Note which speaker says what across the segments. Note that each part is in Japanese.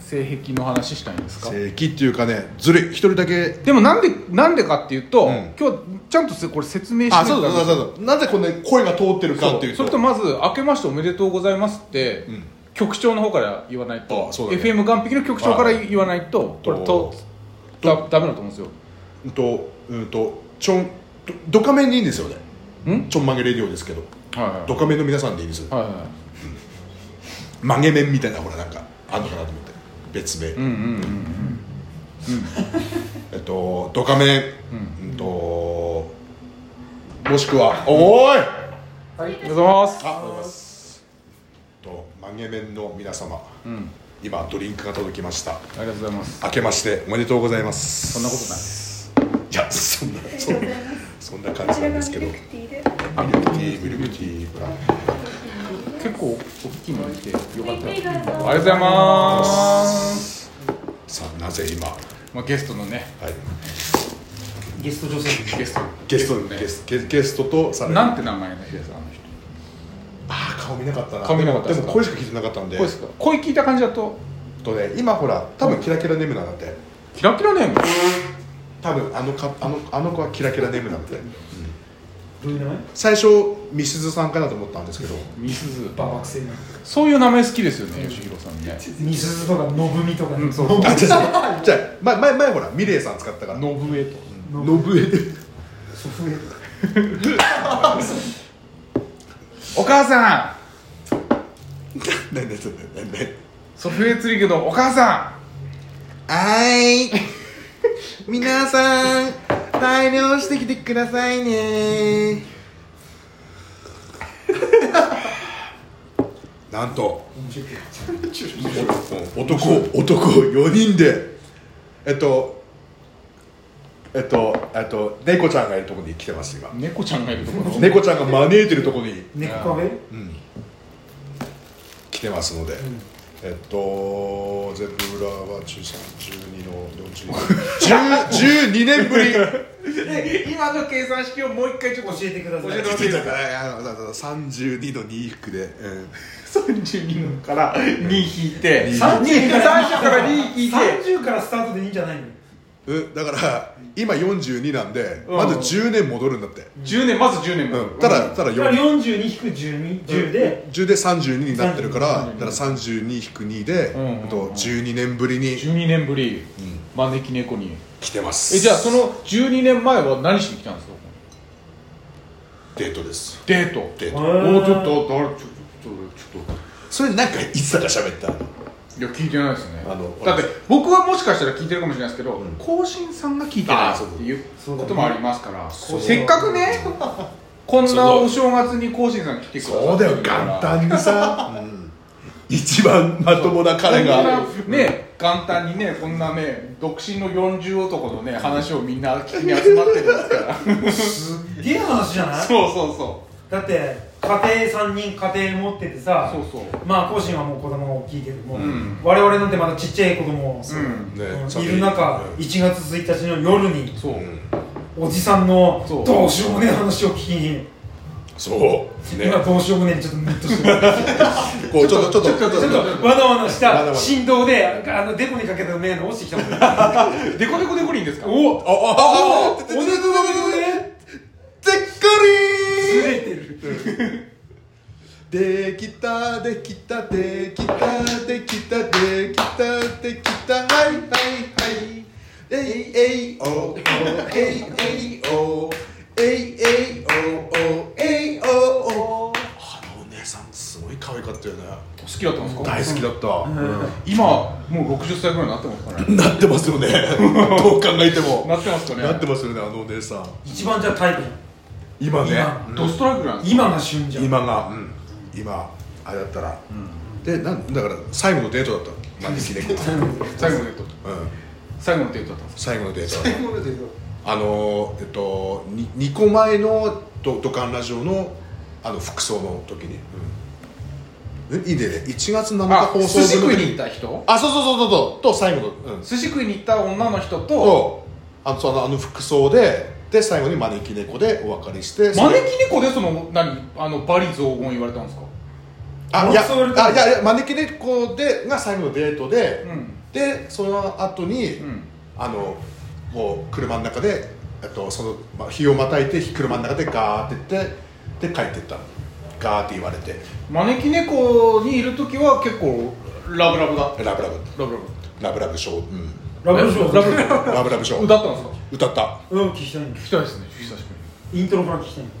Speaker 1: 性癖の話したいんですか
Speaker 2: 正規っていうかねずるい一人だけ
Speaker 1: でもなんでなんでかっていうと、
Speaker 2: ん
Speaker 1: 今日ちゃんとせこれ説明して
Speaker 2: あそうそうそうそうなぜこんなに声が通ってるかっていうと
Speaker 1: それとまず「明けましておめでとうございます」って、
Speaker 2: ん
Speaker 1: 局長の方から言わないと、
Speaker 2: あそうだね
Speaker 1: FM 岸壁の局長から言わないとこれとだダメだと思うんですよ
Speaker 2: うんとうんとちょんどドカメンでいいんですよね
Speaker 1: ん
Speaker 2: ちょんまげレディオですけど
Speaker 1: はいはい
Speaker 2: ドカメンの皆さんでいいんですよ
Speaker 1: はいは
Speaker 2: 曲げ面みたいなほらなんかあんのかなと思って別名、
Speaker 1: いうんうんうん
Speaker 2: えっとドカメン、うん、ともしくはおー
Speaker 1: は
Speaker 2: い
Speaker 1: いおはようございます
Speaker 2: あおはようございますえっと曲げ面の皆様、
Speaker 1: ん
Speaker 2: 今ドリンクが届きました
Speaker 1: ありがとうございます
Speaker 2: 明けましておめでとうございます
Speaker 1: そんなことない
Speaker 2: いやそんなそんなそんな感じなんですけどミルク
Speaker 3: ティーで
Speaker 2: ティーミルクティーブラン
Speaker 1: 結構大きいの見てよかった
Speaker 3: あ
Speaker 1: よ
Speaker 3: りが
Speaker 1: あ
Speaker 3: と
Speaker 1: りが
Speaker 3: う
Speaker 1: とうございます、
Speaker 2: さあなぜ今、は
Speaker 1: まあ、ゲストのね
Speaker 2: い、
Speaker 4: ゲスト女性
Speaker 1: ゲスト
Speaker 2: ゲスト
Speaker 1: ね
Speaker 2: ゲスゲゲストとさらに
Speaker 1: なんて名前の人ですかあの人
Speaker 2: あー顔見なかったな
Speaker 1: 顔見なかった
Speaker 2: でもでも声しか聞いてなかったんで
Speaker 1: こうですか声聞いた感じだと
Speaker 2: えっとね今ほら多分キラキラネームなんだって
Speaker 1: キラキラネーム
Speaker 2: 多分あのかあのあの子はキラキラネームなんだって
Speaker 4: どういう名前
Speaker 2: 最初みすずさんかなと思ったんですけど
Speaker 1: みすず
Speaker 4: ババクセな
Speaker 1: そういう名前好きですよね吉弘さんね
Speaker 4: みすずとかのぶみとか
Speaker 1: うんそう
Speaker 4: のぶ
Speaker 2: あ違う違うじゃあ前前前ほらミレイさん使ったから
Speaker 1: ノブエと
Speaker 2: ノブエ
Speaker 4: 祖父江
Speaker 1: お母さん
Speaker 2: ねねねねねね
Speaker 1: ソフエ釣り具のお母さ
Speaker 2: はい皆さん大量してきてくださいねなんと男男4人でえっとえっとえっと猫ちゃんがいるところに来てます今
Speaker 1: ん猫ちゃんがいるとこ ろ
Speaker 2: 猫ちゃんが招いてるところに
Speaker 4: 猫カフェ
Speaker 2: 来てますので、えっと全部裏は中3 12の42 12年ぶり
Speaker 1: 今の計算式をもう一回ちょっと教えてください教えてもらっていいですか
Speaker 2: 32の2服で、うん
Speaker 1: 32から2引いて
Speaker 2: 二
Speaker 1: 3 0から2引いて
Speaker 4: 30からスタートでいいんじゃないの
Speaker 2: うんだから今42なんで、
Speaker 1: うん
Speaker 2: まず10年戻るんだって、
Speaker 1: 10年まず10年
Speaker 2: う
Speaker 1: も、
Speaker 2: んただただ
Speaker 4: だから
Speaker 2: 4
Speaker 4: 42引く12 10で
Speaker 2: 10で32になってるから
Speaker 1: 32
Speaker 2: だから32引く2で、
Speaker 1: うん
Speaker 2: あと12年ぶりに
Speaker 1: 12年ぶり、招き猫に
Speaker 2: 来てます
Speaker 1: えじゃあその12年前は何しに来たんですか
Speaker 2: デートです
Speaker 1: デート
Speaker 2: デー
Speaker 4: へ
Speaker 2: ト
Speaker 1: おおちょっ
Speaker 4: ー
Speaker 1: とあれちょちょちょちょっ
Speaker 2: それなんかいつだか喋った
Speaker 1: といや聞いてないですね
Speaker 2: あの
Speaker 1: だって僕はもしかしたら聞いてるかもしれないですけど更新、さんが聞いてない
Speaker 2: あー
Speaker 1: っ
Speaker 2: そう
Speaker 1: ていう
Speaker 4: そうだ
Speaker 1: こ
Speaker 4: ね
Speaker 1: ともありますから
Speaker 4: そう
Speaker 1: せっかくねこん
Speaker 2: そう
Speaker 1: な
Speaker 2: だ
Speaker 1: お正月に更新さん来てくださ
Speaker 2: そうだよ元
Speaker 1: ン
Speaker 2: 旦に さ、一番まともな彼が
Speaker 1: ね元旦にねこんなね独身の40男のね話をみんな聞きに集まってるんですから
Speaker 4: すっげえ話じゃな
Speaker 1: そ
Speaker 4: い
Speaker 1: うそうそ
Speaker 4: だって家庭3人家庭持っててさ
Speaker 1: うそうそう
Speaker 4: まあ後進はもう子供大きいけども、
Speaker 1: ん
Speaker 4: 我々なんてまだちっちゃい子供
Speaker 1: う
Speaker 4: うん
Speaker 1: ん
Speaker 2: ね
Speaker 4: いる中1月1日の夜に
Speaker 1: そう、
Speaker 2: うん
Speaker 4: おじさんの
Speaker 1: そう
Speaker 4: どうしようもねえ話を聞きに、
Speaker 2: そうね
Speaker 4: 今どうしようもねえにちょっとムッとしてる
Speaker 2: こうちょっとちょっと
Speaker 1: ちょっと
Speaker 4: ちょっとわだわだし
Speaker 2: わだわ
Speaker 4: た
Speaker 2: だ
Speaker 4: 振動であのデコにかけた目の落ちてきたもん
Speaker 1: デコデコデコリンですか
Speaker 4: おお
Speaker 2: ああああ
Speaker 4: おでこがね
Speaker 2: でっか
Speaker 4: ずれてる
Speaker 2: りーできたできたできたできたできたできたはいはいはいえいえいおおえいえいおえいえいおおえいおおあのお姉さんすごい可愛かったよね
Speaker 1: 好きだったんですか
Speaker 2: 大好きだった、
Speaker 1: 今もう60歳ぐらいになってますかね
Speaker 2: なってますよねどう考えても
Speaker 1: なってますかね
Speaker 2: なってますよねあのお姉さん
Speaker 4: 一番じゃあタイプじゃん
Speaker 2: 今ね
Speaker 4: 今
Speaker 1: ドストライクなんです
Speaker 4: 今が旬じゃん
Speaker 2: 今が、うん今あれだったら、でなんだから最後のデートだったの招き猫、うん、
Speaker 1: 最後のデート最後のデートだったんです
Speaker 2: 最後のデートだったあのーえっとに2個前のドドカンラジオのあの服装の時に、うんえいいでね1月7日
Speaker 1: あ
Speaker 2: 放
Speaker 1: 寿
Speaker 2: 送
Speaker 1: 司食いに行っ
Speaker 2: った
Speaker 1: 人
Speaker 2: たあそうそうそうそうそうと最後の、うん、
Speaker 1: 寿司食いに行った女の人と
Speaker 2: とあのそのあの服装でで最後に招き猫でお別れして
Speaker 1: 招き猫でその何あのバリ雑言言われたんですか
Speaker 2: あい
Speaker 4: ボッ
Speaker 2: や
Speaker 4: クスを売る
Speaker 2: あいやいや招き猫でが最後のデートで、
Speaker 1: うん
Speaker 2: でその後に、
Speaker 1: うん
Speaker 2: あのもう車の中でえっとその、まあ、日をまたいて車の中でガーって言ってで帰ってったのガーって言われて
Speaker 1: 招き猫にいる時は結構ラブラブだ
Speaker 2: ラブラブ
Speaker 1: ラブラ
Speaker 2: ラブラブショー、うん、
Speaker 4: ラブショー
Speaker 1: ブラブ
Speaker 2: ラブラブショー
Speaker 1: 歌ったんですか
Speaker 2: 歌った
Speaker 4: うん聞きたいんだ
Speaker 1: 聞きたいですね久しぶ
Speaker 4: イントロから聞きたいんだ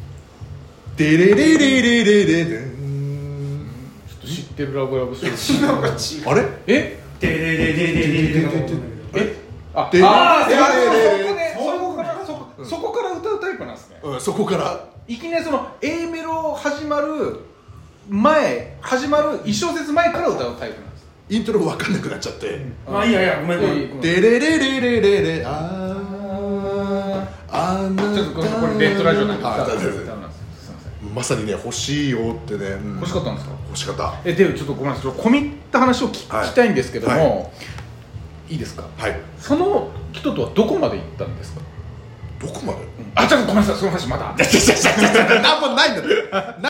Speaker 2: デレレレレレレレン
Speaker 1: りちょっと知ってるラブラブショー
Speaker 4: 違うか違
Speaker 2: あ
Speaker 4: う
Speaker 2: れ
Speaker 1: え
Speaker 4: でででででででで
Speaker 1: えあ
Speaker 2: で
Speaker 1: あー
Speaker 2: で
Speaker 1: そこ
Speaker 2: で
Speaker 1: ねそこからそこそこから歌うタイプなんですね
Speaker 2: うん、そこから
Speaker 1: いきなりその A メロ始まる前始まる1小節前から歌うタイプなんです
Speaker 2: イントロ分かんなくなっちゃって、
Speaker 4: まあいいやいやごめんごめ
Speaker 1: いやい
Speaker 4: ん
Speaker 1: や
Speaker 2: デレレレレレレあーあなた
Speaker 1: ちょっとこれこれレッドラジオなんで歌
Speaker 2: あ
Speaker 1: う
Speaker 2: だだだ
Speaker 1: 歌うなんですすいません
Speaker 2: まさにね欲しいよってね、うん
Speaker 1: 欲しかったんですか
Speaker 2: 欲しかった
Speaker 1: えでちょっとごめんなさいちょっと込み入った話を聞き,、
Speaker 2: はい
Speaker 1: たいんですけども、、
Speaker 2: はい
Speaker 1: いですか
Speaker 2: はい
Speaker 1: その人とはどこまで行ったんですか
Speaker 2: どこまで
Speaker 1: あちょっとごめんなさいその話まだ
Speaker 2: 何もないんだって